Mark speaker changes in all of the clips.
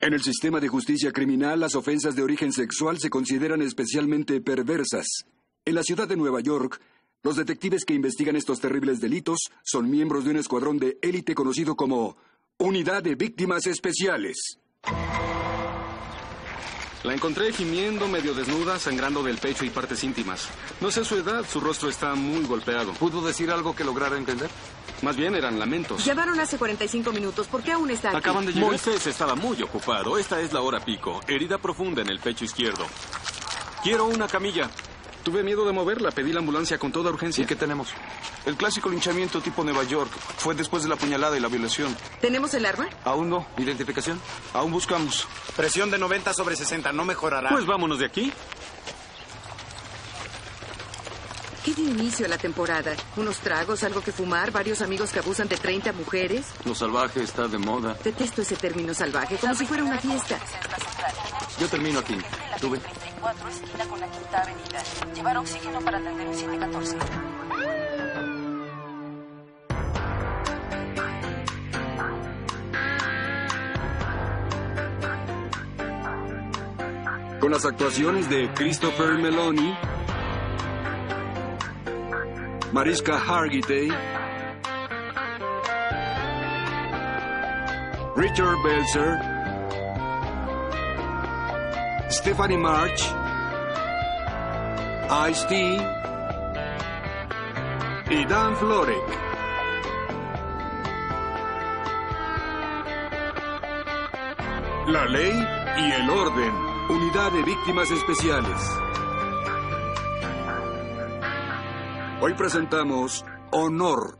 Speaker 1: En el sistema de justicia criminal, las ofensas de origen sexual se consideran especialmente perversas. En la ciudad de Nueva York, los detectives que investigan estos terribles delitos son miembros de un escuadrón de élite conocido como Unidad de Víctimas Especiales.
Speaker 2: La encontré gimiendo, medio desnuda, sangrando del pecho y partes íntimas. No sé su edad, su rostro está muy golpeado.
Speaker 3: ¿Pudo decir algo que lograra entender?
Speaker 2: Más bien eran lamentos.
Speaker 4: Llamaron hace 45 minutos. ¿Por qué aún está aquí?
Speaker 2: Acaban de llegar.
Speaker 5: Moisés estaba muy ocupado. Esta es la hora pico. Herida profunda en el pecho izquierdo. Quiero una camilla.
Speaker 2: Tuve miedo de moverla, pedí la ambulancia con toda urgencia.
Speaker 3: ¿Y qué tenemos? El clásico linchamiento tipo Nueva York. Fue después de la puñalada y la violación.
Speaker 4: ¿Tenemos el arma?
Speaker 3: Aún no. ¿Identificación? Aún buscamos.
Speaker 6: Presión de 90 sobre 60, no mejorará.
Speaker 5: Pues vámonos de aquí.
Speaker 4: ¿Qué dio inicio a la temporada? ¿Unos tragos, algo que fumar, varios amigos que abusan de 30 mujeres?
Speaker 3: Lo salvaje está de moda.
Speaker 4: Detesto ese término salvaje, como si fuera una fiesta.
Speaker 3: Yo termino aquí. Tú ve.
Speaker 7: esquina con la quinta avenida. Llevar oxígeno para atender un 714.
Speaker 1: Con las actuaciones de Christopher Meloni, Mariska Hargitay, Richard Belzer, Stephanie March, Ice-T y Dan Florek. La ley y el orden. Unidad de Víctimas Especiales. Hoy presentamos Honor.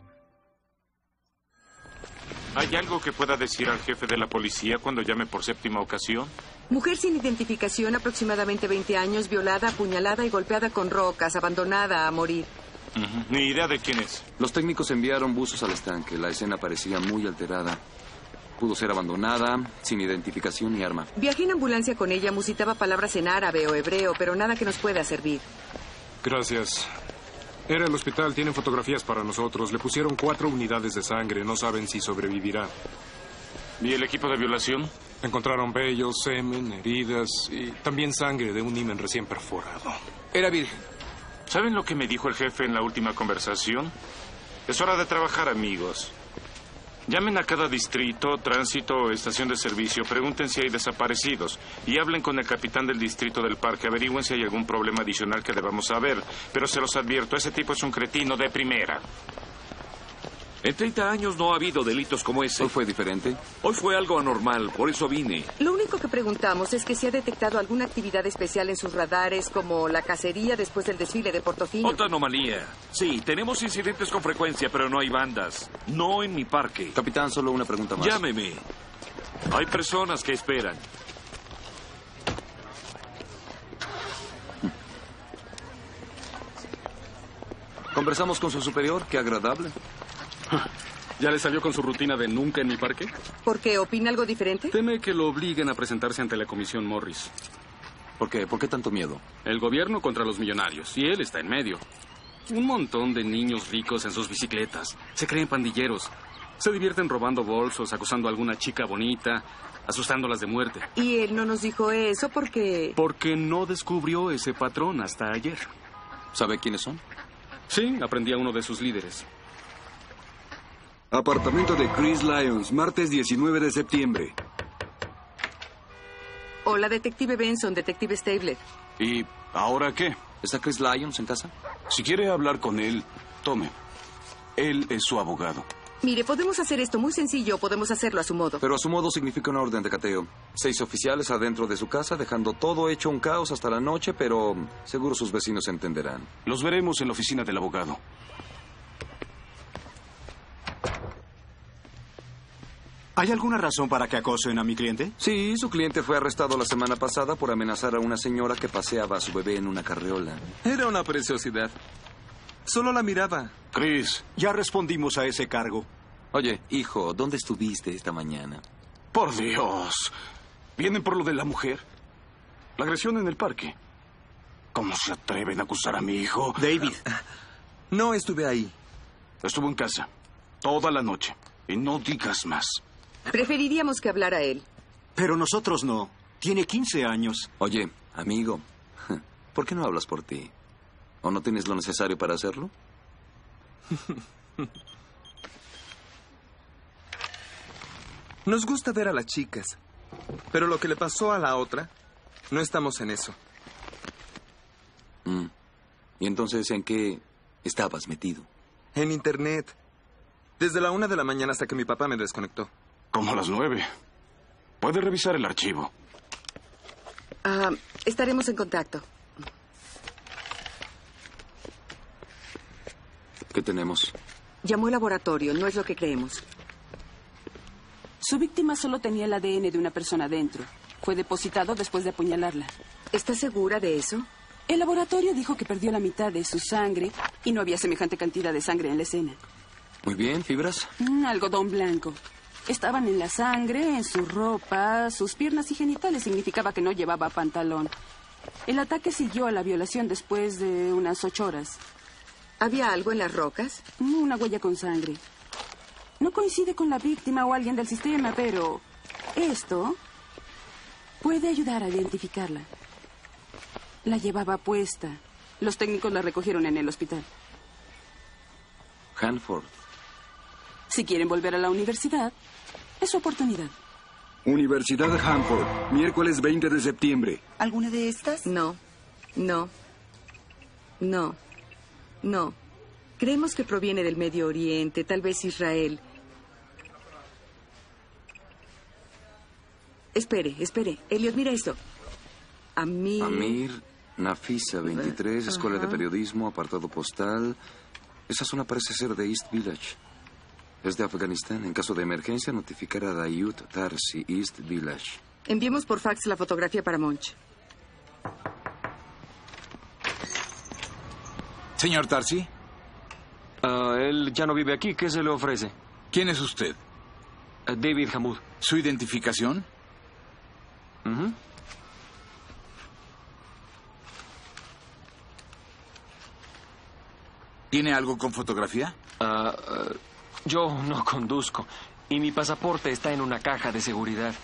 Speaker 8: ¿Hay algo que pueda decir al jefe de la policía cuando llame por séptima ocasión?
Speaker 4: Mujer sin identificación, aproximadamente 20 años, violada, apuñalada y golpeada con rocas, abandonada a morir.
Speaker 8: Ujú. Ni idea de quién es.
Speaker 3: Los técnicos enviaron buzos al estanque. La escena parecía muy alterada. Pudo ser abandonada, sin identificación ni arma.
Speaker 4: Viajé en ambulancia con ella, musitaba palabras en árabe o hebreo, pero nada que nos pueda servir.
Speaker 9: Gracias. Era el hospital, tienen fotografías para nosotros. Le pusieron cuatro unidades de sangre, no saben si sobrevivirá.
Speaker 8: ¿Y el equipo de violación?
Speaker 9: Encontraron vellos, semen, heridas y también sangre de un himen recién perforado. Era virgen.
Speaker 8: ¿Saben lo que me dijo el jefe en la última conversación? Es hora de trabajar, amigos. Llamen a cada distrito, tránsito o estación de servicio, pregunten si hay desaparecidos y hablen con el capitán del distrito del parque, averigüen si hay algún problema adicional que debamos saber. Pero se los advierto, ese tipo es un cretino de primera.
Speaker 10: En 30 años no ha habido delitos como ese.
Speaker 3: Hoy fue diferente.
Speaker 10: Hoy fue algo anormal, por eso vine.
Speaker 4: Lo único que preguntamos es que si ha detectado alguna actividad especial en sus radares, como la cacería después del desfile de Portofino.
Speaker 10: Otra anomalía. Sí, tenemos incidentes con frecuencia, pero no hay bandas. No en mi parque.
Speaker 3: Capitán, solo una pregunta más.
Speaker 10: Llámeme. Hay personas que esperan.
Speaker 3: Conversamos con su superior, qué agradable.
Speaker 2: ¿Ya le salió con su rutina de nunca en mi parque?
Speaker 4: ¿Por qué? ¿Opina algo diferente?
Speaker 2: Teme que lo obliguen a presentarse ante la Comisión Morris.
Speaker 3: ¿Por qué? ¿Por qué tanto miedo?
Speaker 2: El gobierno contra los millonarios, y él está en medio. Un montón de niños ricos en sus bicicletas. Se creen pandilleros. Se divierten robando bolsos, acusando a alguna chica bonita, asustándolas de muerte.
Speaker 4: Y él no nos dijo eso porque...
Speaker 2: Porque no descubrió ese patrón hasta ayer.
Speaker 3: ¿Sabe quiénes son?
Speaker 2: Sí, aprendí a uno de sus líderes.
Speaker 1: Apartamento de Chris Lyons, martes 19 de septiembre.
Speaker 4: Hola, detective Benson, detective Stabler.
Speaker 11: ¿Y ahora qué?
Speaker 3: ¿Está Chris Lyons en casa?
Speaker 11: Si quiere hablar con él, tome. Él es su abogado.
Speaker 4: Mire, podemos hacer esto muy sencillo, o podemos hacerlo a su modo.
Speaker 3: Pero a su modo significa una orden de cateo. Seis oficiales adentro de su casa, dejando todo hecho un caos hasta la noche, pero seguro sus vecinos entenderán.
Speaker 11: Los veremos en la oficina del abogado.
Speaker 6: ¿Hay alguna razón para que acosen a mi cliente?
Speaker 3: Sí, su cliente fue arrestado la semana pasada por amenazar a una señora que paseaba a su bebé en una carriola.
Speaker 6: Era una preciosidad. Solo la miraba.
Speaker 11: Chris,
Speaker 6: Ya respondimos a ese cargo.
Speaker 3: Oye, hijo, ¿dónde estuviste esta mañana?
Speaker 11: por Dios. ¿Vienen por lo de la mujer? La agresión en el parque. ¿Cómo se atreven a acusar a mi hijo?
Speaker 6: David.
Speaker 3: No estuve ahí.
Speaker 11: Estuvo en casa. Toda la noche. Y no digas más.
Speaker 4: Preferiríamos que hablara él.
Speaker 12: Pero nosotros no. Tiene 15 años.
Speaker 3: Oye, amigo, ¿por qué no hablas por ti? ¿O no tienes lo necesario para hacerlo?
Speaker 6: Nos gusta ver a las chicas, pero lo que le pasó a la otra, no estamos en eso.
Speaker 3: Mm. ¿Y entonces en qué estabas metido?
Speaker 6: En internet. Desde la una de la mañana hasta que mi papá me desconectó.
Speaker 8: Como a las nueve. Puede revisar el archivo.
Speaker 4: Ah, estaremos en contacto.
Speaker 3: ¿Qué tenemos?
Speaker 4: Llamó el laboratorio, no es lo que creemos.
Speaker 13: Su víctima solo tenía el ADN de una persona dentro. Fue depositado después de apuñalarla.
Speaker 4: ¿Estás segura de eso?
Speaker 13: El laboratorio dijo que perdió la mitad de su sangre y no había semejante cantidad de sangre en la escena.
Speaker 3: Muy bien, fibras.
Speaker 13: Un algodón blanco. Estaban en la sangre, en su ropa, sus piernas y genitales significaba que no llevaba pantalón. El ataque siguió a la violación después de unas ocho horas.
Speaker 4: ¿Había algo en las rocas?
Speaker 13: Una huella con sangre. No coincide con la víctima o alguien del sistema, pero esto puede ayudar a identificarla. La llevaba puesta. Los técnicos la recogieron en el hospital.
Speaker 3: Hanford.
Speaker 13: Si quieren volver a la universidad, es su oportunidad.
Speaker 1: Universidad Hanford, miércoles 20 de septiembre.
Speaker 4: ¿Alguna de estas? No, no, no, no. Creemos que proviene del Medio Oriente, tal vez Israel. Espere, espere. Eliot, mira esto. Amir.
Speaker 3: Amir, Nafisa 23, Escuela de
Speaker 4: Ajá.
Speaker 3: Periodismo, apartado postal. Esa zona parece ser de East Village. Es de Afganistán. En caso de emergencia, notificar a Dayut Tarsi, East Village.
Speaker 4: Enviemos por fax la fotografía para Monch.
Speaker 14: Señor Tarsi. Ah, él ya no vive aquí. ¿Qué se le ofrece? ¿Quién es usted? David Hamud. ¿Su identificación? ¿Tiene algo con fotografía?
Speaker 15: Ah, yo no conduzco y mi pasaporte está en una caja de seguridad.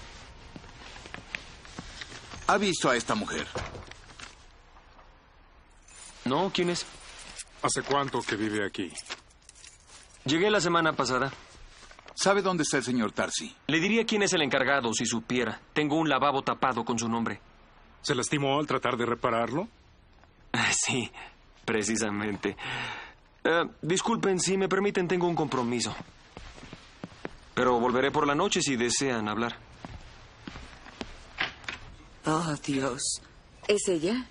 Speaker 14: ¿Ha visto a esta mujer?
Speaker 15: No, ¿quién es?
Speaker 9: ¿Hace cuánto que vive aquí?
Speaker 15: Llegué la semana pasada.
Speaker 14: ¿Sabe dónde está el señor Tarsi?
Speaker 15: Le diría quién es el encargado si supiera. Tengo un lavabo tapado con su nombre.
Speaker 9: ¿Se lastimó al tratar de repararlo?
Speaker 15: Sí, precisamente. Eh, disculpen, si me permiten, tengo un compromiso. Pero volveré por la noche si desean hablar.
Speaker 16: Oh, Dios.
Speaker 4: ¿Es ella?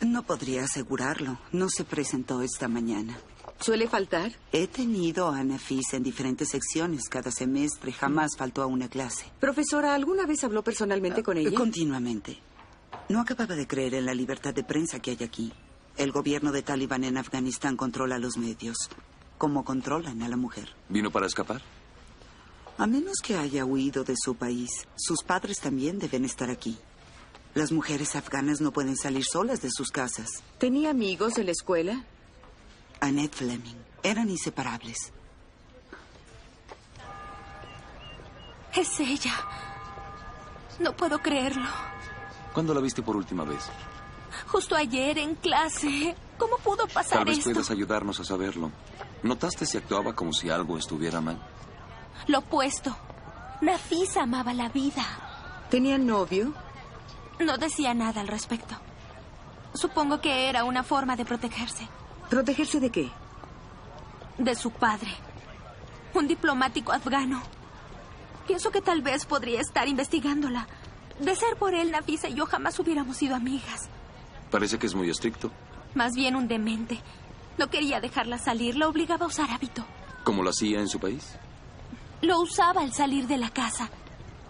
Speaker 16: No podría asegurarlo. No se presentó esta mañana.
Speaker 4: ¿Suele faltar?
Speaker 16: He tenido a Anafis en diferentes secciones cada semestre. Jamás faltó a una clase.
Speaker 4: Profesora, ¿alguna vez habló personalmente Ah, con ella?
Speaker 16: Continuamente. No acababa de creer en la libertad de prensa que hay aquí. El gobierno de Talibán en Afganistán controla los medios, como controlan a la mujer.
Speaker 3: ¿Vino para escapar?
Speaker 16: A menos que haya huido de su país, sus padres también deben estar aquí. Las mujeres afganas no pueden salir solas de sus casas.
Speaker 4: ¿Tenía amigos en la escuela?
Speaker 16: Annette Fleming. Eran inseparables.
Speaker 17: Es ella. No puedo creerlo.
Speaker 3: ¿Cuándo la viste por última vez?
Speaker 17: Justo ayer en clase. ¿Cómo pudo pasar
Speaker 3: Tal vez
Speaker 17: esto?
Speaker 3: puedas ayudarnos a saberlo. ¿Notaste si actuaba como si algo estuviera mal?
Speaker 17: Lo opuesto. Nafisa amaba la vida.
Speaker 4: ¿Tenía novio?
Speaker 17: No decía nada al respecto. Supongo que era una forma de protegerse.
Speaker 4: ¿Protegerse de qué?
Speaker 17: De su padre. Un diplomático afgano. Pienso que tal vez podría estar investigándola. De ser por él, Nafisa y yo jamás hubiéramos sido amigas.
Speaker 3: Parece que es muy estricto.
Speaker 17: Más bien un demente. No quería dejarla salir, la obligaba a usar hábito.
Speaker 3: ¿Como lo hacía en su país?
Speaker 17: Lo usaba al salir de la casa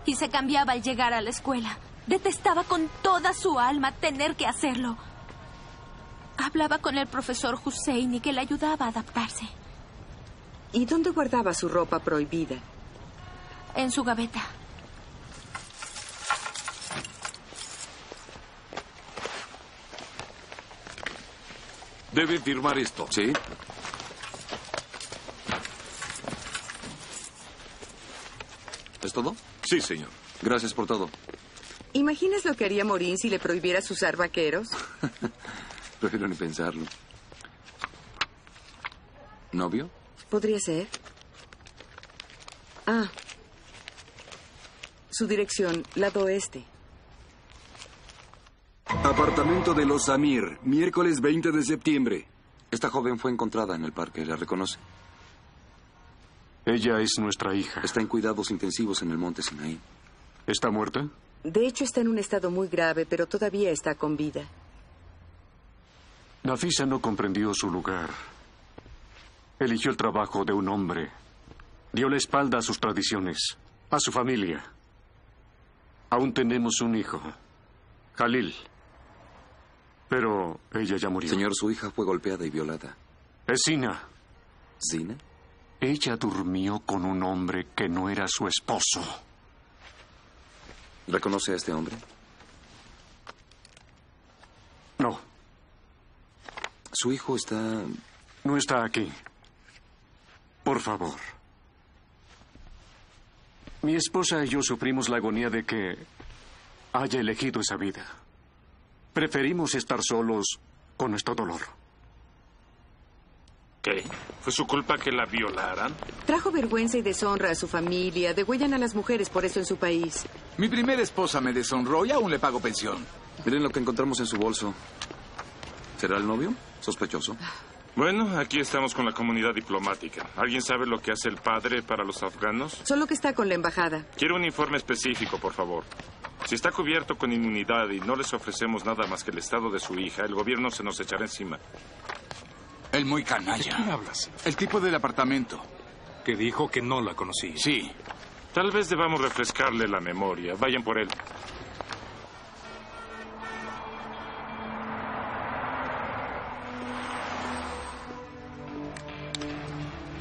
Speaker 17: y se cambiaba al llegar a la escuela. Detestaba con toda su alma tener que hacerlo. Hablaba con el profesor Husseini que le ayudaba a adaptarse
Speaker 4: ¿Y dónde guardaba su ropa prohibida?
Speaker 17: en su gaveta.
Speaker 5: Debe firmar esto.
Speaker 3: Sí.
Speaker 5: ¿Es todo? Sí, señor.
Speaker 3: Gracias por todo.
Speaker 4: ¿Imaginas lo que haría Morín si le prohibieras usar vaqueros?
Speaker 3: Prefiero ni pensarlo. ¿Novio?
Speaker 4: Podría ser. Ah. Su dirección, lado oeste.
Speaker 1: Apartamento de los Amir, miércoles 20 de septiembre.
Speaker 3: Esta joven fue encontrada en el parque, la reconoce.
Speaker 8: Ella es nuestra hija.
Speaker 3: Está en cuidados intensivos en el monte Sinaí.
Speaker 8: ¿Está muerta?
Speaker 4: De hecho, está en un estado muy grave, pero todavía está con vida.
Speaker 8: Nafisa no comprendió su lugar. Eligió el trabajo de un hombre. Dio la espalda a sus tradiciones, a su familia. Aún tenemos un hijo, Jalil. Pero ella ya murió.
Speaker 3: Señor, su hija fue golpeada y violada.
Speaker 8: Es Sina.
Speaker 3: ¿Zina?
Speaker 8: Ella durmió con un hombre que no era su esposo.
Speaker 3: ¿Reconoce a este hombre?
Speaker 8: No,
Speaker 3: Su hijo está...
Speaker 8: no está aquí. Por favor. Mi esposa y yo sufrimos la agonía de que haya elegido esa vida. Preferimos estar solos con nuestro dolor.
Speaker 10: ¿Qué?
Speaker 8: ¿Fue su culpa que la violaran?
Speaker 4: Trajo vergüenza y deshonra a su familia, degüellan a las mujeres por eso en su país.
Speaker 18: Mi primera esposa me deshonró y aún le pago pensión.
Speaker 3: Miren lo que encontramos en su bolso.
Speaker 8: ¿Será el novio?
Speaker 3: Sospechoso.
Speaker 8: Bueno, aquí estamos con la comunidad diplomática. ¿Alguien sabe lo que hace el padre para los afganos?
Speaker 4: Solo que está con la embajada.
Speaker 8: Quiero un informe específico, por favor. Si está cubierto con inmunidad y no les ofrecemos nada más que el estado de su hija, el gobierno se nos echará encima.
Speaker 18: El muy canalla.
Speaker 8: ¿De quién hablas?
Speaker 18: El tipo del apartamento.
Speaker 9: Que dijo que no la conocía.
Speaker 18: Sí.
Speaker 8: Tal vez debamos refrescarle la memoria. Vayan por él.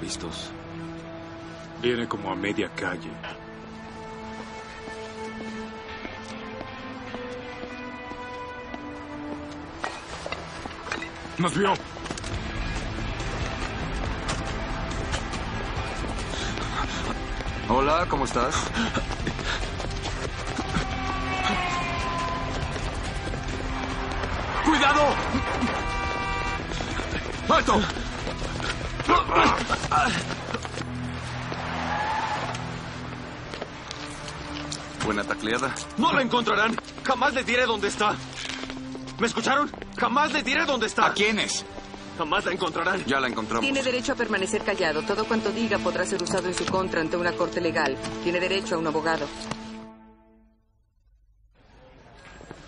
Speaker 3: Listos.
Speaker 9: Viene como a media calle. ¡Nos vio!
Speaker 3: Hola, ¿cómo estás?
Speaker 18: ¡Cuidado! ¡Alto!
Speaker 3: Buena tacleada.
Speaker 12: No la encontrarán. Jamás les diré dónde está. ¿Me escucharon? Jamás les diré dónde está. ¿A
Speaker 18: quiénes?
Speaker 12: Jamás la encontrarán.
Speaker 3: Ya la encontramos.
Speaker 4: Tiene derecho a permanecer callado. Todo cuanto diga podrá ser usado en su contra ante una corte legal. Tiene derecho a un abogado.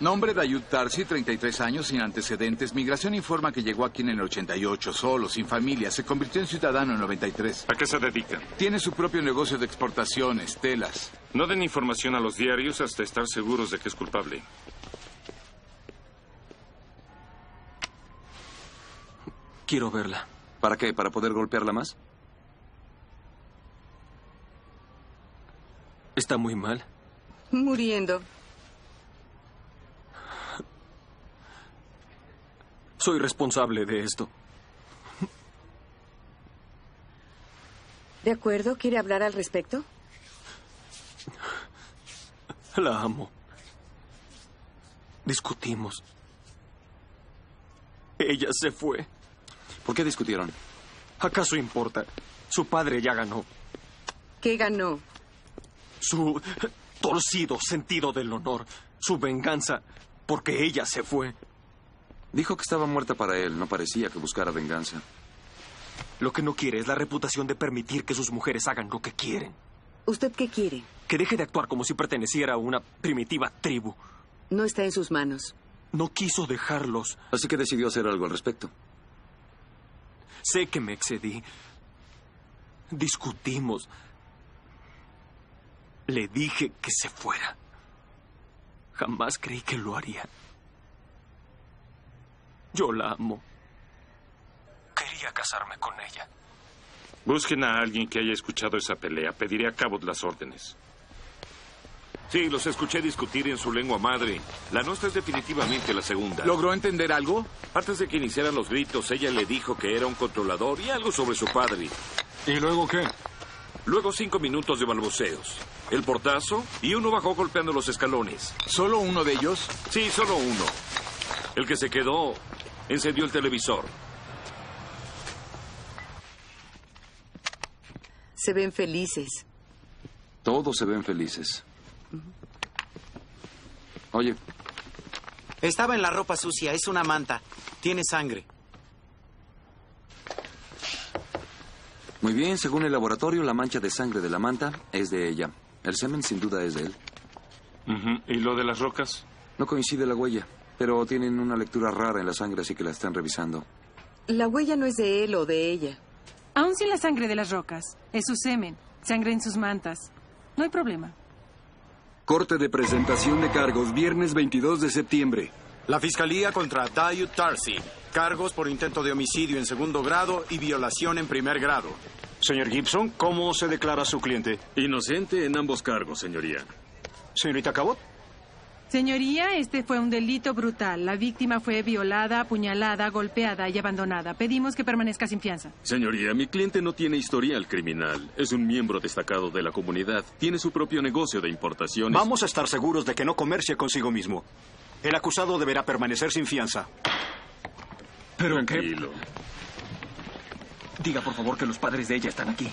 Speaker 18: Nombre Dayud Tarsi, 33 años, sin antecedentes. Migración informa que llegó aquí en el 88, solo, sin familia. Se convirtió en ciudadano en 93.
Speaker 8: ¿A qué se dedica?
Speaker 18: Tiene su propio negocio de exportaciones, telas.
Speaker 8: No den información a los diarios hasta estar seguros de que es culpable.
Speaker 3: Quiero verla. ¿Para qué? ¿Para poder golpearla más?
Speaker 15: Está muy mal.
Speaker 4: Muriendo.
Speaker 15: Soy responsable de esto.
Speaker 4: ¿De acuerdo? ¿Quiere hablar al respecto?
Speaker 15: La amo. Discutimos. Ella se fue.
Speaker 3: ¿Por qué discutieron?
Speaker 15: ¿Acaso importa? Su padre ya ganó.
Speaker 4: ¿Qué ganó?
Speaker 15: Su torcido sentido del honor. Su venganza. Porque ella se fue.
Speaker 3: Dijo que estaba muerta para él. No parecía que buscara venganza.
Speaker 15: Lo que no quiere es la reputación de permitir que sus mujeres hagan lo que quieren.
Speaker 4: ¿Usted qué quiere?
Speaker 15: Que deje de actuar como si perteneciera a una primitiva tribu.
Speaker 4: No está en sus manos.
Speaker 15: No quiso dejarlos.
Speaker 3: Así que decidió hacer algo al respecto.
Speaker 15: Sé que me excedí. Discutimos. Le dije que se fuera. Jamás creí que lo haría. Yo la amo. Quería casarme con ella.
Speaker 8: Busquen a alguien que haya escuchado esa pelea. Pediré a Cabot las órdenes.
Speaker 10: Sí, los escuché discutir en su lengua madre. La nuestra es definitivamente la segunda.
Speaker 18: ¿Logró entender algo?
Speaker 10: Antes de que iniciaran los gritos, ella le dijo que era un controlador y algo sobre su padre.
Speaker 9: ¿Y luego qué?
Speaker 10: Luego cinco minutos de balbuceos.
Speaker 19: el portazo y uno bajó golpeando los escalones.
Speaker 20: ¿Solo uno de ellos?
Speaker 19: Sí, solo uno. El que se quedó encendió el televisor.
Speaker 4: Se ven felices.
Speaker 3: Todos se ven felices. Oye,
Speaker 2: Estaba en la ropa sucia, es una manta. Tiene sangre.
Speaker 3: muy bien, según el laboratorio, la mancha de sangre de la manta es de ella. El semen sin duda es de él.
Speaker 21: ¿Y lo de las rocas?
Speaker 3: No coincide la huella, pero tienen una lectura rara en la sangre, así que la están revisando.
Speaker 4: La huella no es de él o de ella.
Speaker 22: Aún sin la sangre de las rocas. Es su semen. Sangre en sus mantas. No hay problema.
Speaker 1: Corte de presentación de cargos, viernes 22 de septiembre.
Speaker 11: La Fiscalía contra Dayut Tarsi. Cargos por intento de homicidio en segundo grado y violación en primer grado.
Speaker 10: Señor Gibson, ¿cómo se declara su cliente?
Speaker 8: Inocente en ambos cargos, señoría.
Speaker 10: Señorita Cabot.
Speaker 22: Señoría, este fue un delito brutal. La víctima fue violada, apuñalada, golpeada y abandonada. Pedimos que permanezca sin fianza.
Speaker 8: Señoría, mi cliente no tiene historial criminal. Es un miembro destacado de la comunidad. Tiene su propio negocio de importaciones.
Speaker 10: Vamos a estar seguros de que no comercia consigo mismo. El acusado deberá permanecer sin fianza.
Speaker 8: Pero Tranquilo.
Speaker 15: Diga por favor que los padres de ella están aquí.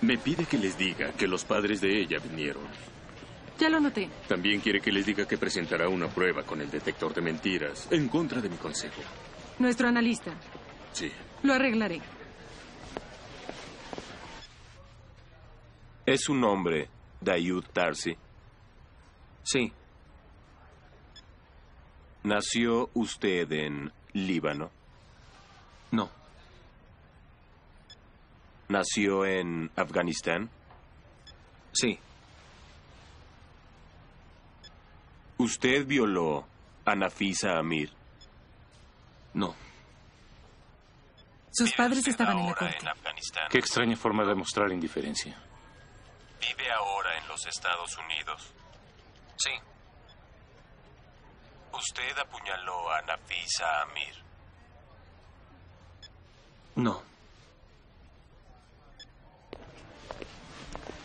Speaker 8: Me pide que les diga que los padres de ella vinieron.
Speaker 22: Ya lo noté.
Speaker 8: También quiere que les diga que presentará una prueba con el detector de mentiras en contra de mi consejo.
Speaker 22: Nuestro analista.
Speaker 8: Sí.
Speaker 22: Lo arreglaré.
Speaker 5: Es un hombre, Dayud Tarsi.
Speaker 23: Sí.
Speaker 5: ¿Nació usted en Líbano?
Speaker 23: No.
Speaker 5: ¿Nació en Afganistán?
Speaker 23: Sí.
Speaker 5: ¿Usted violó a Nafisa Amir?
Speaker 23: No.
Speaker 22: Sus padres estaban en la corte.
Speaker 5: Afganistán.
Speaker 21: Qué extraña forma de mostrar indiferencia.
Speaker 5: ¿Vive ahora en los Estados Unidos?
Speaker 23: Sí.
Speaker 5: ¿Usted apuñaló a Nafisa Amir?
Speaker 23: No.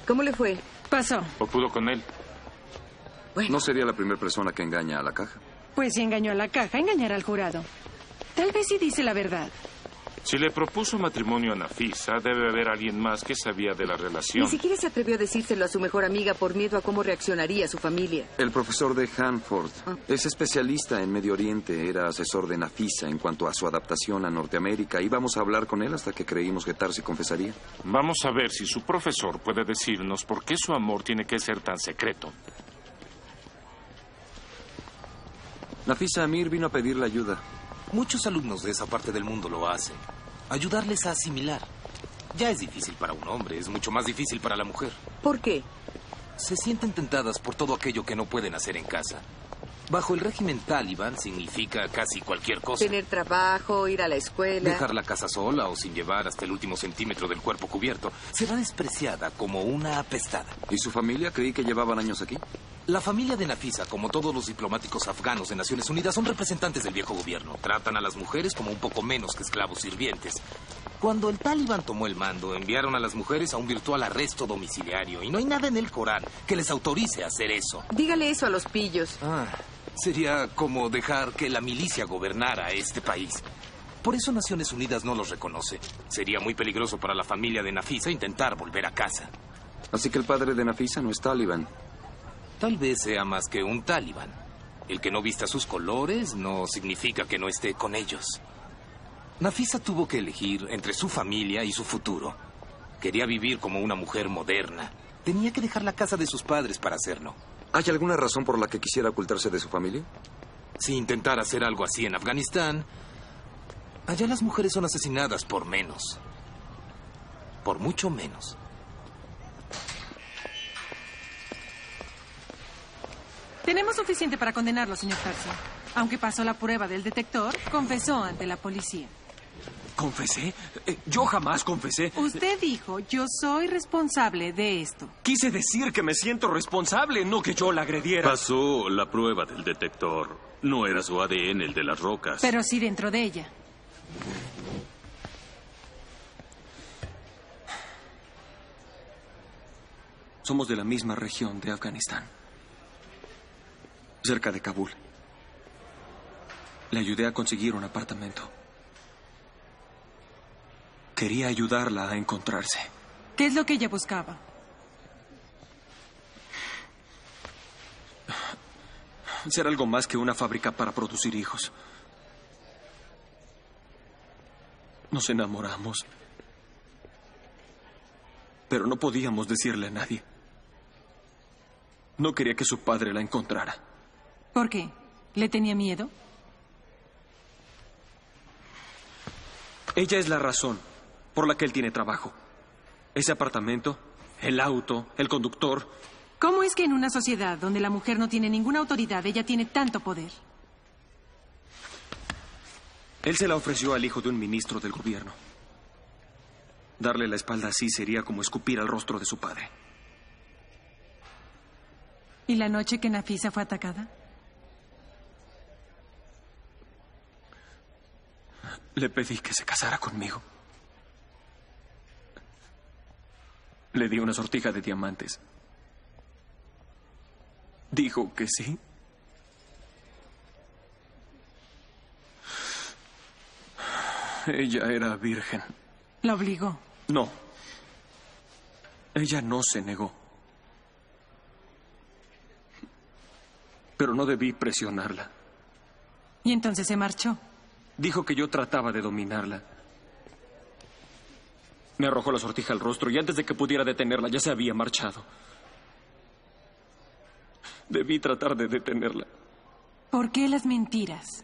Speaker 4: ¿Cómo le fue?
Speaker 22: Pasó.
Speaker 21: ¿O pudo con él?
Speaker 3: No sería la primera persona que engaña a la caja.
Speaker 22: Pues si engañó a la caja, engañará al jurado. Tal vez si dice la verdad.
Speaker 21: Si le propuso matrimonio a Nafisa, debe haber alguien más que sabía de la relación.
Speaker 4: Ni siquiera se atrevió a decírselo a su mejor amiga por miedo a cómo reaccionaría su familia.
Speaker 3: El profesor de Hanford es especialista en Medio Oriente, era asesor de Nafisa en cuanto a su adaptación a Norteamérica. Íbamos a hablar con él hasta que creímos que Tarsi confesaría.
Speaker 21: Vamos a ver si su profesor puede decirnos por qué su amor tiene que ser tan secreto.
Speaker 3: Nafisa Amir vino a pedirle ayuda.
Speaker 24: Muchos alumnos de esa parte del mundo lo hacen. Ayudarles a asimilar. Ya es difícil para un hombre, es mucho más difícil para la mujer.
Speaker 4: ¿Por qué?
Speaker 24: Se sienten tentadas por todo aquello que no pueden hacer en casa. Bajo el régimen talibán significa casi cualquier cosa.
Speaker 4: Tener trabajo, ir a la escuela.
Speaker 24: Dejar la casa sola o sin llevar hasta el último centímetro del cuerpo cubierto será despreciada como una apestada.
Speaker 3: ¿Y su familia? Creí que llevaban años aquí.
Speaker 24: La familia de Nafisa, como todos los diplomáticos afganos de Naciones Unidas, son representantes del viejo gobierno. Tratan a las mujeres como un poco menos que esclavos sirvientes. Cuando el talibán tomó el mando, enviaron a las mujeres a un virtual arresto domiciliario y no hay nada en el Corán que les autorice a hacer eso.
Speaker 4: Dígale eso a los pillos.
Speaker 24: Ah, sería como dejar que la milicia gobernara este país. Por eso Naciones Unidas no los reconoce. Sería muy peligroso para la familia de Nafisa intentar volver a casa.
Speaker 3: Así que el padre de Nafisa no es talibán.
Speaker 24: Tal vez sea más que un talibán. El que no vista sus colores no significa que no esté con ellos. Nafisa tuvo que elegir entre su familia y su futuro. Quería vivir como una mujer moderna. Tenía que dejar la casa de sus padres para hacerlo.
Speaker 3: ¿Hay alguna razón por la que quisiera ocultarse de su familia?
Speaker 24: Si intentara hacer algo así en Afganistán, allá las mujeres son asesinadas por menos. Por mucho menos.
Speaker 22: Tenemos suficiente para condenarlo, señor Tarso. Aunque pasó la prueba del detector, confesó ante la policía.
Speaker 15: ¿Confesé? Eh, yo jamás confesé.
Speaker 22: Usted dijo, yo soy responsable de esto.
Speaker 15: Quise decir que me siento responsable, no que yo la agrediera.
Speaker 25: Pasó la prueba del detector. No era su ADN el de las rocas.
Speaker 22: Pero sí dentro de ella.
Speaker 15: Somos de la misma región de Afganistán, cerca de Kabul. Le ayudé a conseguir un apartamento. Quería ayudarla a encontrarse.
Speaker 22: ¿Qué es lo que ella buscaba?
Speaker 15: Ser algo más que una fábrica para producir hijos. Nos enamoramos. Pero no podíamos decirle a nadie. No quería que su padre la encontrara.
Speaker 22: ¿Por qué? ¿Le tenía miedo?
Speaker 15: Ella es la razón por la que él tiene trabajo. Ese apartamento, el auto, el conductor.
Speaker 22: ¿Cómo es que en una sociedad donde la mujer no tiene ninguna autoridad, ella tiene tanto poder?
Speaker 15: Él se la ofreció al hijo de un ministro del gobierno. Darle la espalda así sería como escupir al rostro de su padre.
Speaker 22: ¿Y la noche que Nafisa fue atacada?
Speaker 15: Le pedí que se casara conmigo. Le di una sortija de diamantes. Dijo que sí. Ella era virgen.
Speaker 22: La obligó.
Speaker 15: No. Ella no se negó. Pero no debí presionarla.
Speaker 22: Y entonces se marchó.
Speaker 15: Dijo que yo trataba de dominarla. Me arrojó la sortija al rostro y antes de que pudiera detenerla ya se había marchado. Debí tratar de detenerla.
Speaker 22: ¿Por qué las mentiras?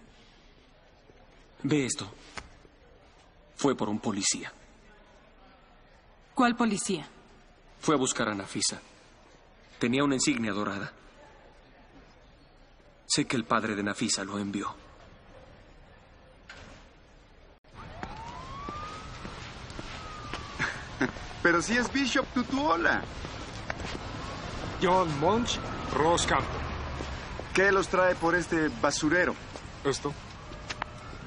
Speaker 15: Ve esto. Fue por un policía.
Speaker 22: ¿Cuál policía?
Speaker 15: Fue a buscar a Nafisa. Tenía una insignia dorada. Sé que el padre de Nafisa lo envió.
Speaker 11: Pero si es Bishop Tutuola.
Speaker 9: John Monch, Ross Campbell.
Speaker 11: ¿Qué los trae por este basurero?
Speaker 9: Esto.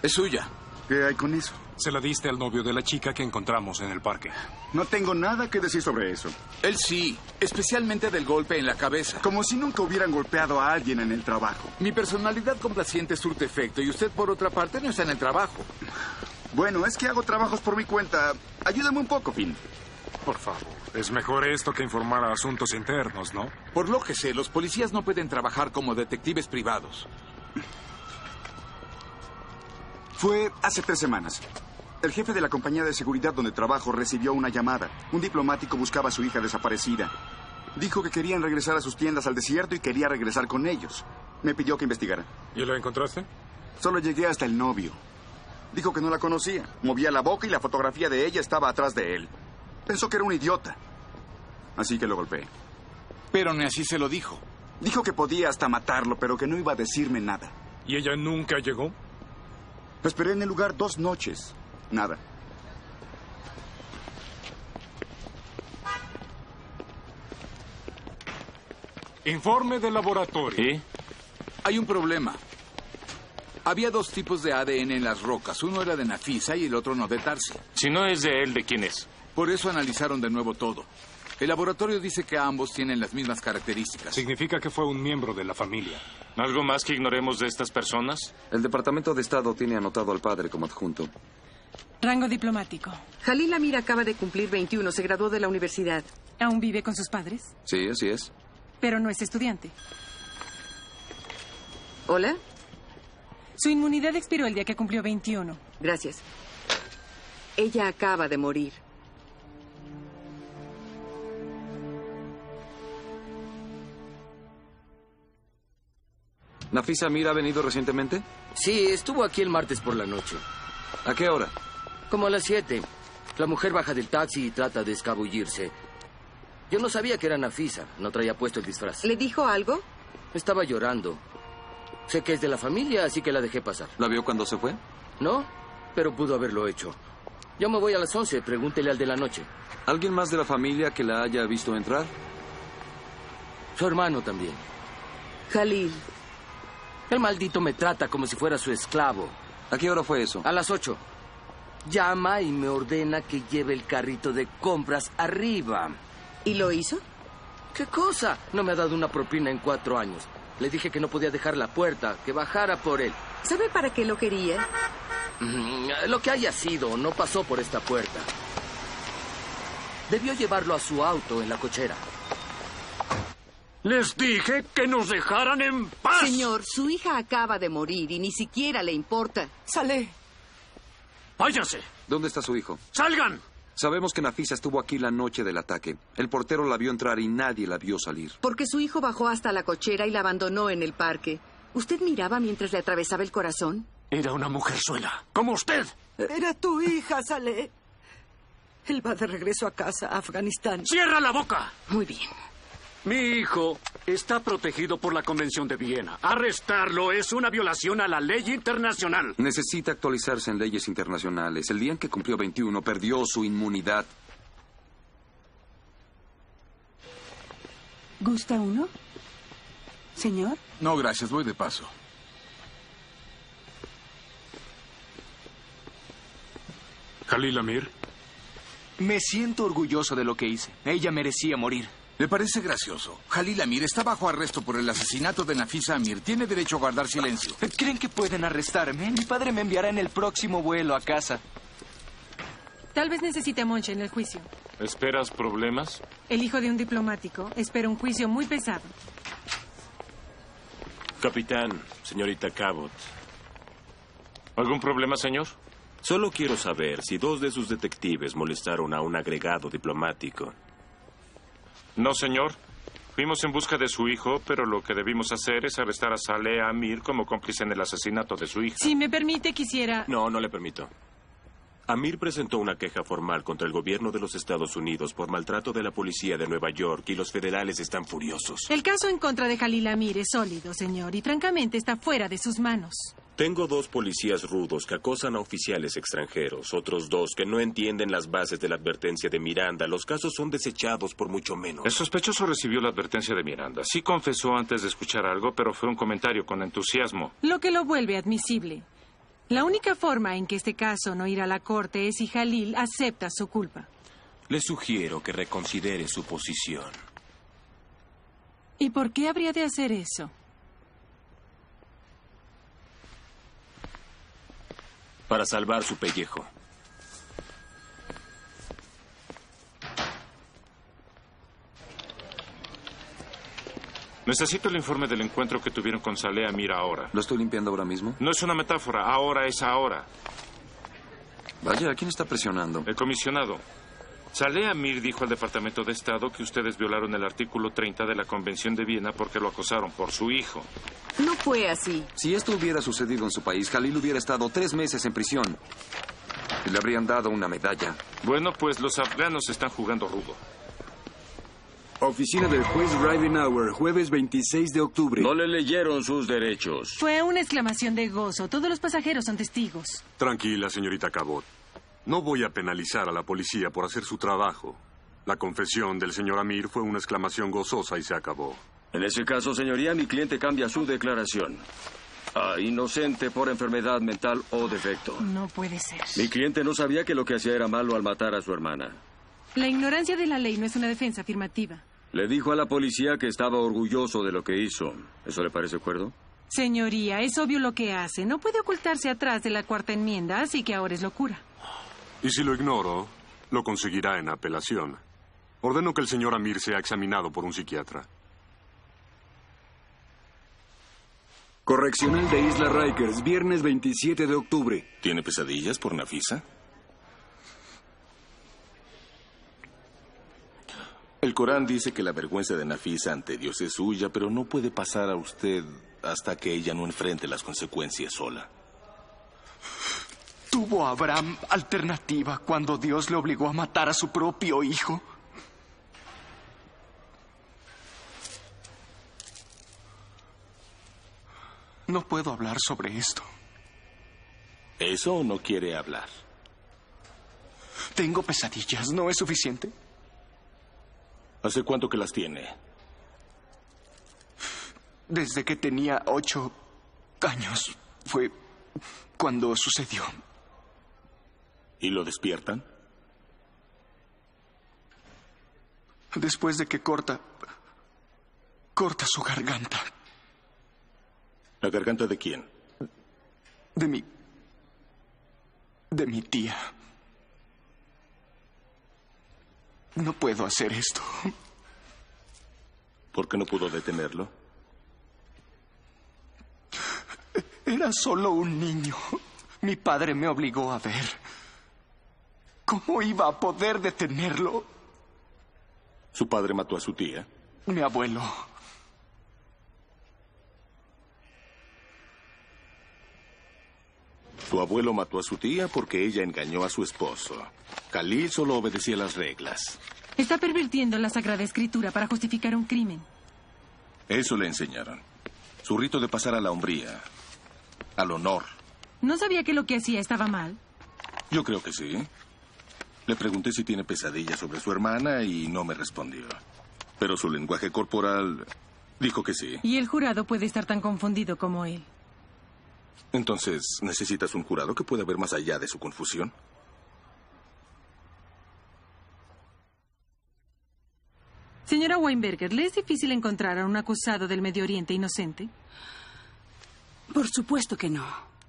Speaker 11: Es suya. ¿Qué hay con eso?
Speaker 9: Se la diste al novio de la chica que encontramos en el parque.
Speaker 11: No tengo nada que decir sobre eso.
Speaker 18: Él sí, especialmente del golpe en la cabeza.
Speaker 11: Como si nunca hubieran golpeado a alguien en el trabajo.
Speaker 18: Mi personalidad complaciente surte efecto y usted, por otra parte, no está en el trabajo.
Speaker 11: Bueno, es que hago trabajos por mi cuenta. Ayúdame un poco, Finn.
Speaker 9: Por favor, es mejor esto que informar a asuntos internos, ¿no?
Speaker 18: Por lo que sé, los policías no pueden trabajar como detectives privados.
Speaker 11: Fue hace tres semanas. El jefe de la compañía de seguridad donde trabajo recibió una llamada. Un diplomático buscaba a su hija desaparecida. Dijo que querían regresar a sus tiendas al desierto y quería regresar con ellos. Me pidió que investigara.
Speaker 9: ¿Y lo encontraste?
Speaker 11: Solo llegué hasta el novio. Dijo que no la conocía. Movía la boca y la fotografía de ella estaba atrás de él. Pensó que era un idiota. Así que lo golpeé.
Speaker 18: Pero ni así se lo dijo.
Speaker 11: Dijo que podía hasta matarlo, pero que no iba a decirme nada.
Speaker 9: ¿Y ella nunca llegó?
Speaker 11: Lo esperé en el lugar dos noches. Nada.
Speaker 9: Informe de laboratorio.
Speaker 18: ¿Sí? Hay un problema. Había dos tipos de ADN en las rocas. Uno era de Nafisa y el otro no de Tarsi.
Speaker 8: Si no es de él, ¿de quién es?
Speaker 18: Por eso analizaron de nuevo todo. El laboratorio dice que ambos tienen las mismas características.
Speaker 9: Significa que fue un miembro de la familia.
Speaker 8: ¿Algo más que ignoremos de estas personas?
Speaker 3: El Departamento de Estado tiene anotado al padre como adjunto.
Speaker 22: Rango diplomático.
Speaker 4: Jalil Amir acaba de cumplir 21, se graduó de la universidad.
Speaker 22: ¿Aún vive con sus padres?
Speaker 3: Sí, así es.
Speaker 22: Pero no es estudiante.
Speaker 4: ¿Hola?
Speaker 22: Su inmunidad expiró el día que cumplió 21.
Speaker 4: Gracias. Ella acaba de morir.
Speaker 3: ¿Nafisa Amir ha venido recientemente?
Speaker 6: Sí, estuvo aquí el martes por la noche.
Speaker 3: ¿A qué hora?
Speaker 6: Como a las 7. La mujer baja del taxi y trata de escabullirse. Yo no sabía que era Nafisa. No traía puesto el disfraz.
Speaker 4: ¿Le dijo algo?
Speaker 6: Estaba llorando. Sé que es de la familia, así que la dejé pasar.
Speaker 3: ¿La vio cuando se fue?
Speaker 6: No, pero pudo haberlo hecho. Yo me voy a las 11. Pregúntele al de la noche.
Speaker 3: ¿Alguien más de la familia que la haya visto entrar?
Speaker 6: Su hermano también.
Speaker 4: Khalil,
Speaker 6: el maldito me trata como si fuera su esclavo.
Speaker 3: ¿A qué hora fue eso?
Speaker 6: A las ocho. Llama y me ordena que lleve el carrito de compras arriba.
Speaker 4: ¿Y lo hizo?
Speaker 6: ¿Qué cosa? No me ha dado una propina en cuatro años. Le dije que no podía dejar la puerta, que bajara por él.
Speaker 4: ¿Sabe para qué lo quería?
Speaker 6: Mm, Lo que haya sido, no pasó por esta puerta. Debió llevarlo a su auto en la cochera.
Speaker 10: Les dije que nos dejaran en paz.
Speaker 4: Señor, su hija acaba de morir y ni siquiera le importa. Sale.
Speaker 10: Váyanse.
Speaker 3: ¿Dónde está su hijo?
Speaker 10: Salgan.
Speaker 3: Sabemos que Nafisa estuvo aquí la noche del ataque. El portero la vio entrar y nadie la vio salir.
Speaker 4: Porque su hijo bajó hasta la cochera y la abandonó en el parque. ¿Usted miraba mientras le atravesaba el corazón?
Speaker 10: Era una mujerzuela, como usted.
Speaker 7: Era tu hija, Saleh. Él va de regreso a casa, a Afganistán.
Speaker 10: ¡Cierra la boca!
Speaker 4: Muy bien.
Speaker 10: Mi hijo está protegido por la Convención de Viena. Arrestarlo es una violación a la ley internacional.
Speaker 3: Necesita actualizarse en leyes internacionales. El día en que cumplió 21 perdió su inmunidad.
Speaker 7: ¿Gusta uno? Señor.
Speaker 18: No, gracias, voy de paso.
Speaker 9: Jalil Amir.
Speaker 13: Me siento orgulloso de lo que hice. Ella merecía morir.
Speaker 18: ¿Le parece gracioso? Jalil Amir está bajo arresto por el asesinato de Nafisa Amir. Tiene derecho a guardar silencio.
Speaker 13: ¿Creen que pueden arrestarme? Mi padre me enviará en el próximo vuelo a casa.
Speaker 22: Tal vez necesite a Monche en el juicio.
Speaker 8: ¿Esperas problemas?
Speaker 22: El hijo de un diplomático espera un juicio muy pesado.
Speaker 5: Capitán, señorita Cabot.
Speaker 8: ¿Algún problema, señor?
Speaker 5: Solo quiero saber si dos de sus detectives molestaron a un agregado diplomático.
Speaker 8: No, señor. Fuimos en busca de su hijo, pero lo que debimos hacer es arrestar a Saleh Amir como cómplice en el asesinato de su hija.
Speaker 22: Si me permite, quisiera...
Speaker 5: No, no le permito. Amir presentó una queja formal contra el gobierno de los Estados Unidos por maltrato de la policía de Nueva York y los federales están furiosos.
Speaker 22: El caso en contra de Jalil Amir es sólido, señor, y francamente está fuera de sus manos.
Speaker 5: Tengo dos policías rudos que acosan a oficiales extranjeros, otros dos que no entienden las bases de la advertencia de Miranda. Los casos son desechados por mucho menos.
Speaker 8: El sospechoso recibió la advertencia de Miranda. Sí confesó antes de escuchar algo, pero fue un comentario con entusiasmo.
Speaker 22: Lo que lo vuelve admisible. La única forma en que este caso no irá a la corte es si Jalil acepta su culpa.
Speaker 5: Le sugiero que reconsidere su posición.
Speaker 22: ¿Y por qué habría de hacer eso?
Speaker 5: para salvar su pellejo.
Speaker 8: Necesito el informe del encuentro que tuvieron con Saleh Amir ahora.
Speaker 3: ¿Lo estoy limpiando ahora mismo?
Speaker 8: No es una metáfora, ahora es ahora.
Speaker 3: Vaya, ¿a quién está presionando?
Speaker 8: El comisionado. Saleh Amir dijo al Departamento de Estado que ustedes violaron el artículo 30 de la Convención de Viena porque lo acosaron por su hijo.
Speaker 4: No fue así.
Speaker 3: Si esto hubiera sucedido en su país, Jalil hubiera estado tres meses en prisión. Y le habrían dado una medalla.
Speaker 8: Bueno, pues los afganos están jugando rudo.
Speaker 1: Oficina del juez Ridenauer, jueves 26 de octubre.
Speaker 14: No le leyeron sus derechos.
Speaker 22: Fue una exclamación de gozo. Todos los pasajeros son testigos.
Speaker 26: Tranquila, señorita Cabot. No voy a penalizar a la policía por hacer su trabajo. La confesión del señor Amir fue una exclamación gozosa y se acabó.
Speaker 14: En ese caso, señoría, mi cliente cambia su declaración. A inocente por enfermedad mental o defecto.
Speaker 22: No puede ser.
Speaker 14: Mi cliente no sabía que lo que hacía era malo al matar a su hermana.
Speaker 22: La ignorancia de la ley no es una defensa afirmativa.
Speaker 14: Le dijo a la policía que estaba orgulloso de lo que hizo. ¿Eso le parece cuerdo?
Speaker 22: Señoría, es obvio lo que hace. No puede ocultarse atrás de la cuarta enmienda, así que ahora es locura.
Speaker 26: Y si lo ignoro, lo conseguirá en apelación. Ordeno que el señor Amir sea examinado por un psiquiatra.
Speaker 1: Correccional de Isla Rikers, viernes 27 de octubre.
Speaker 5: ¿Tiene pesadillas por Nafisa?
Speaker 27: El Corán dice que la vergüenza de Nafisa ante Dios es suya, pero no puede pasar a usted hasta que ella no enfrente las consecuencias sola.
Speaker 13: ¿Tuvo Abraham alternativa cuando Dios le obligó a matar a su propio hijo? No puedo hablar sobre esto.
Speaker 27: ¿Eso o no quiere hablar?
Speaker 13: Tengo pesadillas, ¿no es suficiente?
Speaker 27: ¿Hace cuánto que las tiene?
Speaker 13: Desde que tenía ocho años fue cuando sucedió.
Speaker 27: ¿Y lo despiertan?
Speaker 13: Después de que corta Corta su garganta.
Speaker 27: ¿La garganta de quién?
Speaker 13: De mi. de mi tía. No puedo hacer esto.
Speaker 27: ¿Por qué no pudo detenerlo?
Speaker 13: Era solo un niño. Mi padre me obligó a ver. ¿Cómo iba a poder detenerlo?
Speaker 27: Su padre mató a su tía.
Speaker 13: Mi abuelo.
Speaker 27: Su abuelo mató a su tía porque ella engañó a su esposo. Khalil solo obedecía las reglas.
Speaker 22: Está pervirtiendo la Sagrada Escritura para justificar un crimen.
Speaker 27: Eso le enseñaron. Su rito de pasar a la hombría, al honor.
Speaker 22: ¿No sabía que lo que hacía estaba mal?
Speaker 27: Yo creo que sí. Le pregunté si tiene pesadillas sobre su hermana y no me respondió. Pero su lenguaje corporal dijo que sí.
Speaker 22: Y el jurado puede estar tan confundido como él.
Speaker 27: Entonces, ¿necesitas un jurado que pueda ver más allá de su confusión?
Speaker 22: Señora Weinberger, ¿le es difícil encontrar a un acusado del Medio Oriente inocente?
Speaker 7: Por supuesto que no.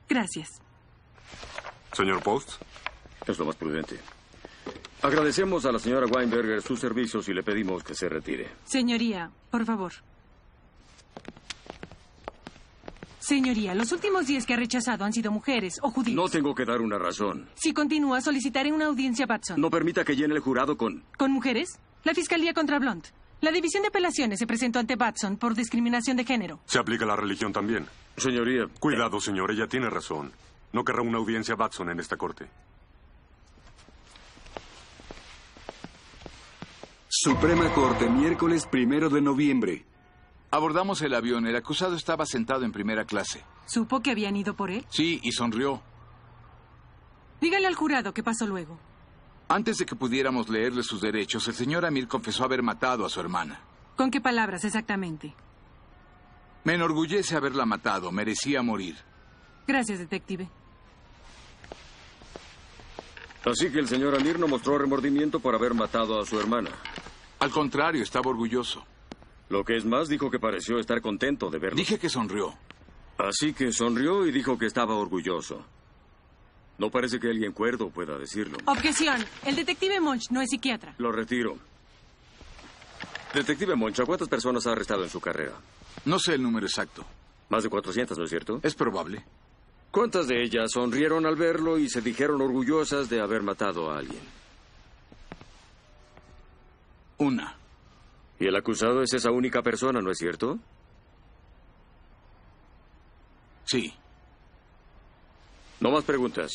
Speaker 22: Gracias.
Speaker 26: Señor Post.
Speaker 14: Es lo más prudente. Agradecemos a la señora Weinberger sus servicios y le pedimos que se retire.
Speaker 22: Señoría, por favor. Señoría, los últimos diez que ha rechazado han sido mujeres o judíos.
Speaker 14: No tengo que dar una razón.
Speaker 22: Si continúa, solicitaré una audiencia a Batson.
Speaker 14: No permita que llene el jurado con...
Speaker 22: ¿Con mujeres? La Fiscalía contra Blunt. La División de Apelaciones se presentó ante Batson por discriminación de género.
Speaker 26: Se aplica la religión también.
Speaker 14: Señoría. eh.
Speaker 26: Cuidado, señor, ella tiene razón. No querrá una audiencia Batson en esta corte.
Speaker 1: Suprema Corte, miércoles primero de noviembre.
Speaker 18: Abordamos el avión. El acusado estaba sentado en primera clase.
Speaker 22: ¿Supo que habían ido por él?
Speaker 18: Sí, y sonrió.
Speaker 22: Dígale al jurado qué pasó luego.
Speaker 18: Antes de que pudiéramos leerle sus derechos, el señor Amir confesó haber matado a su hermana.
Speaker 22: ¿Con qué palabras exactamente?
Speaker 18: Me enorgullece haberla matado. Merecía morir.
Speaker 22: Gracias, detective.
Speaker 14: Así que el señor Amir no mostró remordimiento por haber matado a su hermana.
Speaker 18: Al contrario, estaba orgulloso.
Speaker 14: Lo que es más, dijo que pareció estar contento de verlo.
Speaker 18: Dije que sonrió.
Speaker 14: Así que sonrió y dijo que estaba orgulloso. No parece que alguien cuerdo pueda decirlo.
Speaker 22: Objeción. El detective Monch no es psiquiatra.
Speaker 14: Lo retiro. Detective Monch, ¿a cuántas personas ha arrestado en su carrera?
Speaker 18: No sé el número exacto.
Speaker 14: Más de 400, ¿no es cierto?
Speaker 18: Es probable.
Speaker 14: ¿Cuántas de ellas sonrieron al verlo y se dijeron orgullosas de haber matado a alguien?
Speaker 18: Una.
Speaker 14: Y el acusado es esa única persona, ¿no es cierto?
Speaker 18: Sí.
Speaker 14: No más preguntas.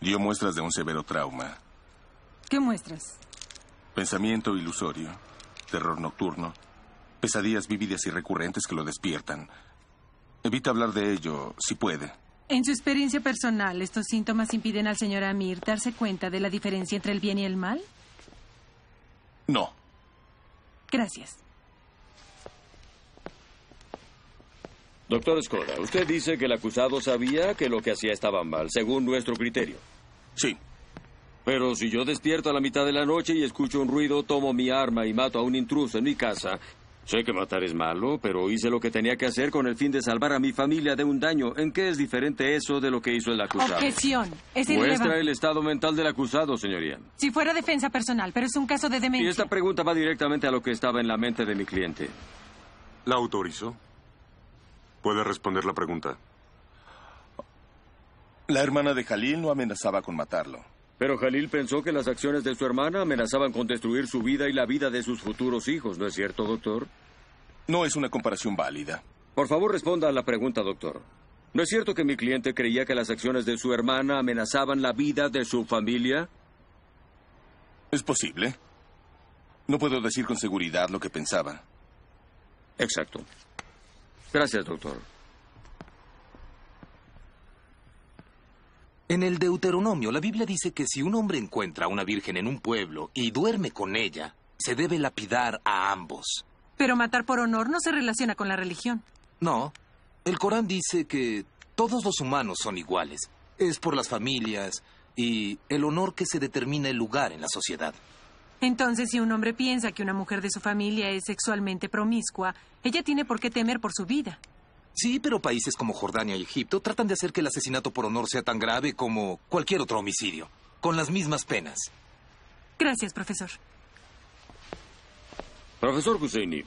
Speaker 27: Dio muestras de un severo trauma.
Speaker 22: ¿Qué muestras?
Speaker 27: Pensamiento ilusorio, terror nocturno, pesadillas vívidas y recurrentes que lo despiertan. Evita hablar de ello, si puede.
Speaker 22: En su experiencia personal, ¿estos síntomas impiden al señor Amir darse cuenta de la diferencia entre el bien y el mal?
Speaker 27: No.
Speaker 22: Gracias.
Speaker 14: Doctor Escoda, usted dice que el acusado sabía que lo que hacía estaba mal, según nuestro criterio.
Speaker 27: Sí.
Speaker 14: Pero si yo despierto a la mitad de la noche y escucho un ruido, tomo mi arma y mato a un intruso en mi casa, Sé que matar es malo, pero hice lo que tenía que hacer con el fin de salvar a mi familia de un daño. ¿En qué es diferente eso de lo que hizo el acusado?
Speaker 22: Objeción. Es
Speaker 14: Muestra
Speaker 22: irrelevante.
Speaker 14: el estado mental del acusado, señoría.
Speaker 22: Si fuera defensa personal, pero es un caso de
Speaker 14: Y
Speaker 22: demencia.
Speaker 14: esta pregunta va directamente a lo que estaba en la mente de mi cliente.
Speaker 26: ¿La autorizó? Puede responder la pregunta.
Speaker 27: La hermana de Jalil no amenazaba con matarlo.
Speaker 14: Pero Jalil pensó que las acciones de su hermana amenazaban con destruir su vida y la vida de sus futuros hijos, ¿no es cierto, doctor?
Speaker 27: No es una comparación válida.
Speaker 14: Por favor, responda a la pregunta, doctor. ¿No es cierto que mi cliente creía que las acciones de su hermana amenazaban la vida de su familia?
Speaker 27: Es posible. No puedo decir con seguridad lo que pensaba.
Speaker 14: Exacto. Gracias, doctor.
Speaker 24: En el Deuteronomio, la Biblia dice que si un hombre encuentra a una virgen en un pueblo y duerme con ella, se debe lapidar a ambos.
Speaker 22: Pero matar por honor no se relaciona con la religión.
Speaker 24: No, el Corán dice que todos los humanos son iguales. Es por las familias y el honor que se determina el lugar en la sociedad.
Speaker 22: Entonces, si un hombre piensa que una mujer de su familia es sexualmente promiscua, ella tiene por qué temer por su vida.
Speaker 24: Sí, pero países como Jordania y Egipto tratan de hacer que el asesinato por honor sea tan grave como cualquier otro homicidio, con las mismas penas.
Speaker 22: Gracias, profesor.
Speaker 14: Profesor Husseini,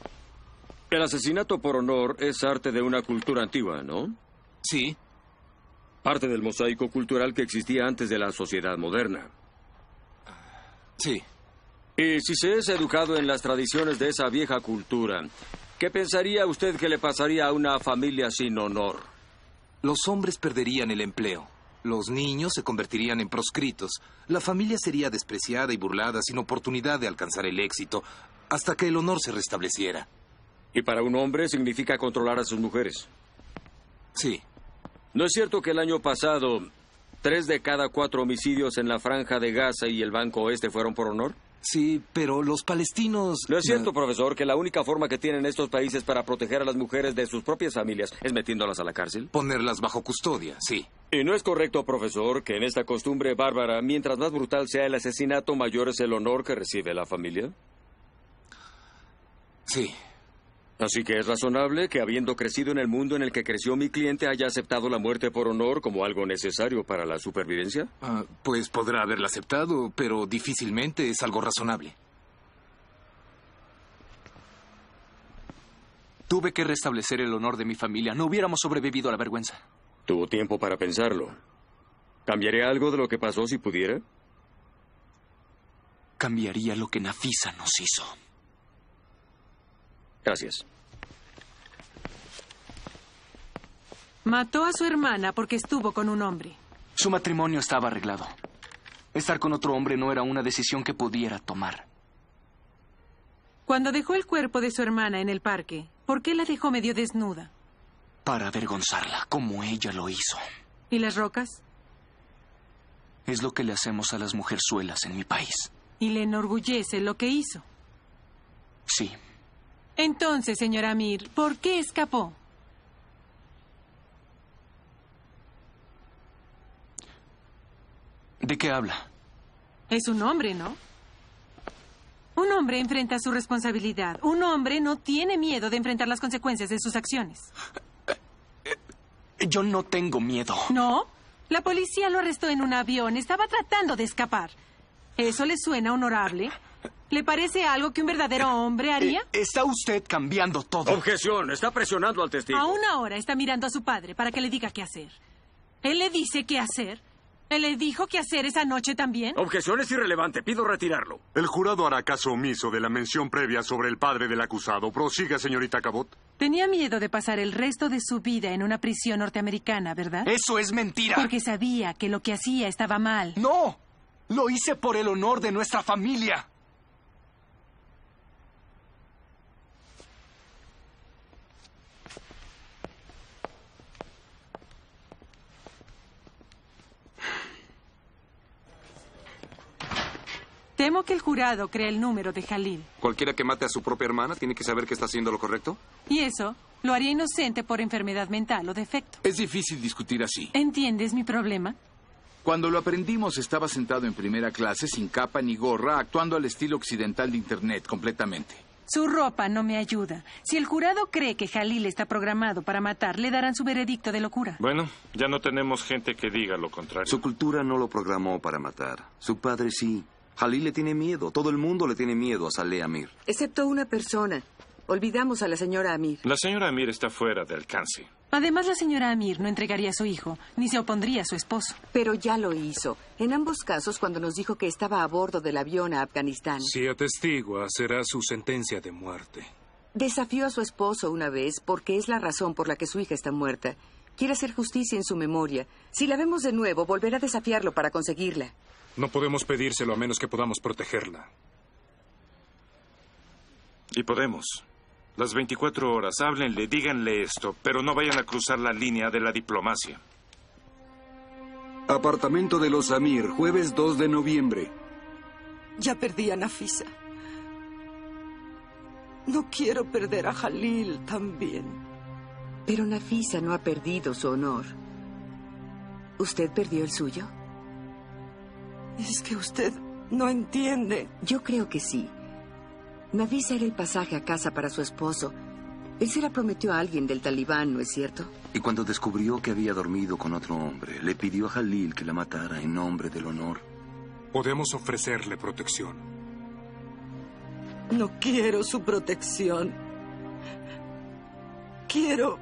Speaker 14: el asesinato por honor es arte de una cultura antigua, ¿no?
Speaker 24: Sí.
Speaker 14: Parte del mosaico cultural que existía antes de la sociedad moderna.
Speaker 24: Sí.
Speaker 14: Y si se es educado en las tradiciones de esa vieja cultura, ¿qué pensaría usted que le pasaría a una familia sin honor?
Speaker 24: Los hombres perderían el empleo. Los niños se convertirían en proscritos. La familia sería despreciada y burlada sin oportunidad de alcanzar el éxito hasta que el honor se restableciera.
Speaker 14: Y para un hombre significa controlar a sus mujeres.
Speaker 24: Sí.
Speaker 14: ¿No es cierto que el año pasado tres de cada cuatro homicidios en la franja de Gaza y el Banco Oeste fueron por honor?
Speaker 24: Sí, pero los palestinos... Ah.
Speaker 14: No es cierto, profesor, que la única forma que tienen estos países para proteger a las mujeres de sus propias familias es metiéndolas a la cárcel.
Speaker 24: Ponerlas bajo custodia, sí.
Speaker 14: Y no es correcto, profesor, que en esta costumbre bárbara, mientras más brutal sea el asesinato, mayor es el honor que recibe la familia.
Speaker 24: Sí.
Speaker 14: Así que es razonable que, habiendo crecido en el mundo en el que creció mi cliente, haya aceptado la muerte por honor como algo necesario para la supervivencia.
Speaker 24: Ah, pues podrá haberla aceptado, pero difícilmente es algo razonable.
Speaker 2: Tuve que restablecer el honor de mi familia. No hubiéramos sobrevivido a la vergüenza.
Speaker 14: Tuvo tiempo para pensarlo. ¿Cambiaría algo de lo que pasó si pudiera?
Speaker 2: Cambiaría lo que Nafisa nos hizo.
Speaker 14: Gracias.
Speaker 22: Mató a su hermana porque estuvo con un hombre.
Speaker 2: Su matrimonio estaba arreglado. Estar con otro hombre no era una decisión que pudiera tomar.
Speaker 22: Cuando dejó el cuerpo de su hermana en el parque, ¿por qué la dejó medio desnuda?
Speaker 2: Para avergonzarla, como ella lo hizo.
Speaker 22: ¿Y las rocas?
Speaker 2: Es lo que le hacemos a las mujerzuelas en mi país.
Speaker 22: ¿Y le enorgullece lo que hizo?
Speaker 2: Sí.
Speaker 22: Entonces, señora Amir, ¿por qué escapó?
Speaker 2: ¿De qué habla?
Speaker 22: Es un hombre, ¿no? Un hombre enfrenta su responsabilidad. Un hombre no tiene miedo de enfrentar las consecuencias de sus acciones.
Speaker 2: Yo no tengo miedo.
Speaker 22: ¿No? La policía lo arrestó en un avión. Estaba tratando de escapar. ¿Eso le suena honorable? ¿Le parece algo que un verdadero hombre haría?
Speaker 2: Eh, está usted cambiando todo.
Speaker 14: Objeción, está presionando al testigo.
Speaker 22: Aún ahora está mirando a su padre para que le diga qué hacer. Él le dice qué hacer. Él le dijo qué hacer esa noche también.
Speaker 14: Objeción es irrelevante, pido retirarlo.
Speaker 26: El jurado hará caso omiso de la mención previa sobre el padre del acusado. Prosiga, señorita Cabot.
Speaker 22: Tenía miedo de pasar el resto de su vida en una prisión norteamericana, ¿verdad?
Speaker 2: Eso es mentira.
Speaker 22: Porque sabía que lo que hacía estaba mal.
Speaker 2: No, lo hice por el honor de nuestra familia.
Speaker 22: Temo que el jurado crea el número de Jalil.
Speaker 12: Cualquiera que mate a su propia hermana tiene que saber que está haciendo lo correcto.
Speaker 22: Y eso lo haría inocente por enfermedad mental o defecto.
Speaker 27: Es difícil discutir así.
Speaker 22: ¿Entiendes mi problema?
Speaker 27: Cuando lo aprendimos estaba sentado en primera clase sin capa ni gorra, actuando al estilo occidental de Internet completamente.
Speaker 22: Su ropa no me ayuda. Si el jurado cree que Jalil está programado para matar, le darán su veredicto de locura.
Speaker 8: Bueno, ya no tenemos gente que diga lo contrario.
Speaker 3: Su cultura no lo programó para matar. Su padre sí. Jalil le tiene miedo. Todo el mundo le tiene miedo a Saleh Amir.
Speaker 4: Excepto una persona. Olvidamos a la señora Amir.
Speaker 8: La señora Amir está fuera de alcance.
Speaker 22: Además, la señora Amir no entregaría a su hijo, ni se opondría a su esposo.
Speaker 4: Pero ya lo hizo. En ambos casos, cuando nos dijo que estaba a bordo del avión a Afganistán.
Speaker 9: Si atestigua, será su sentencia de muerte.
Speaker 4: Desafió a su esposo una vez porque es la razón por la que su hija está muerta. Quiere hacer justicia en su memoria. Si la vemos de nuevo, volverá a desafiarlo para conseguirla.
Speaker 9: No podemos pedírselo a menos que podamos protegerla.
Speaker 8: Y podemos. Las 24 horas, háblenle, díganle esto, pero no vayan a cruzar la línea de la diplomacia.
Speaker 1: Apartamento de los Amir, jueves 2 de noviembre.
Speaker 7: Ya perdí a Nafisa. No quiero perder a Jalil también.
Speaker 4: Pero Nafisa no ha perdido su honor. ¿Usted perdió el suyo?
Speaker 7: Es que usted
Speaker 4: No entiende. Yo creo que sí. Navisa era el pasaje a casa para su esposo. Él se la prometió a alguien del talibán, ¿no es cierto?
Speaker 3: Y cuando descubrió que había dormido con otro hombre, le pidió a Jalil que la matara en nombre del honor.
Speaker 9: Podemos ofrecerle protección.
Speaker 7: No quiero su protección. Quiero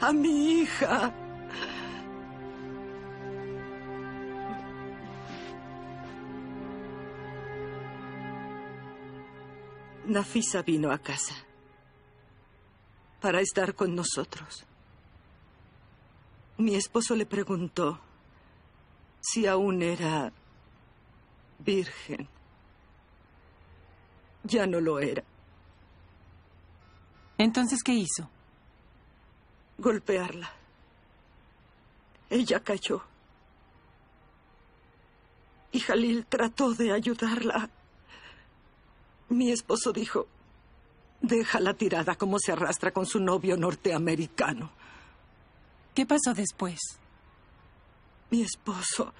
Speaker 7: a mi hija. Nafisa vino a casa para estar con nosotros. Mi esposo le preguntó si aún era virgen. Ya no lo era.
Speaker 22: Entonces, ¿qué hizo?
Speaker 7: Golpearla. Ella cayó. Y Jalil trató de ayudarla. Mi esposo dijo, déjala tirada como se arrastra con su novio norteamericano.
Speaker 22: ¿Qué pasó después?
Speaker 7: Mi esposo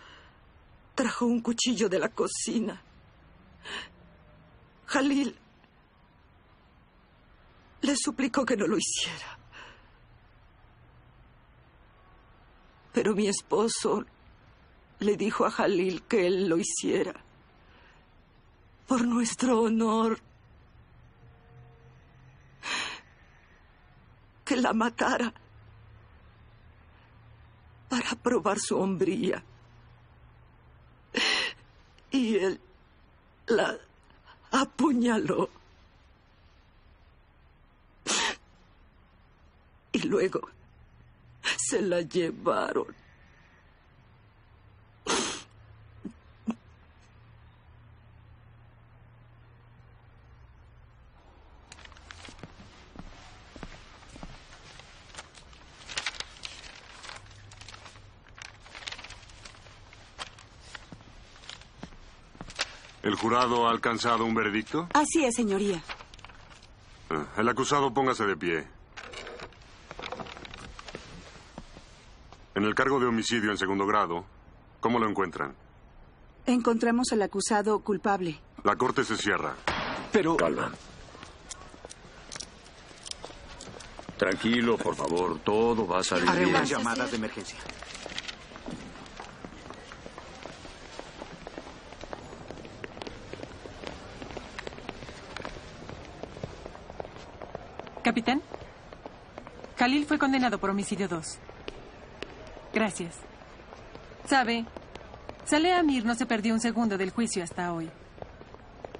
Speaker 7: trajo un cuchillo de la cocina. Jalil le suplicó que no lo hiciera. Pero mi esposo le dijo a Jalil que él lo hiciera. Por nuestro honor. Que la matara. Para probar su hombría. Y él la apuñaló. Y luego se la llevaron.
Speaker 26: ¿El jurado ha alcanzado un veredicto?
Speaker 16: Así es, señoría.
Speaker 26: Ah, El acusado póngase de pie. En el cargo de homicidio en segundo grado, ¿cómo lo encuentran?
Speaker 16: Encontramos al acusado culpable.
Speaker 26: La corte se cierra.
Speaker 13: Pero...
Speaker 26: Calma.
Speaker 12: Tranquilo, por favor, todo va a salir
Speaker 17: Haré
Speaker 12: bien.
Speaker 17: unas llamadas de emergencia.
Speaker 22: Capitán, Khalil fue condenado por homicidio 2. Gracias. Sabe, Saleh Amir no se perdió un segundo del juicio hasta hoy.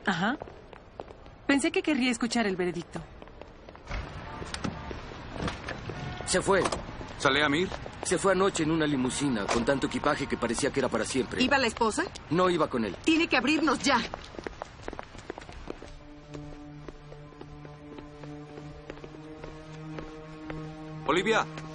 Speaker 22: Ajá. Pensé que querría escuchar el veredicto.
Speaker 6: Se fue.
Speaker 3: ¿Sale Amir?
Speaker 6: Se fue anoche en una limusina con tanto equipaje que parecía que era para siempre.
Speaker 4: ¿Iba la esposa?
Speaker 6: No iba con él.
Speaker 4: Tiene que abrirnos ya.
Speaker 12: Olivia,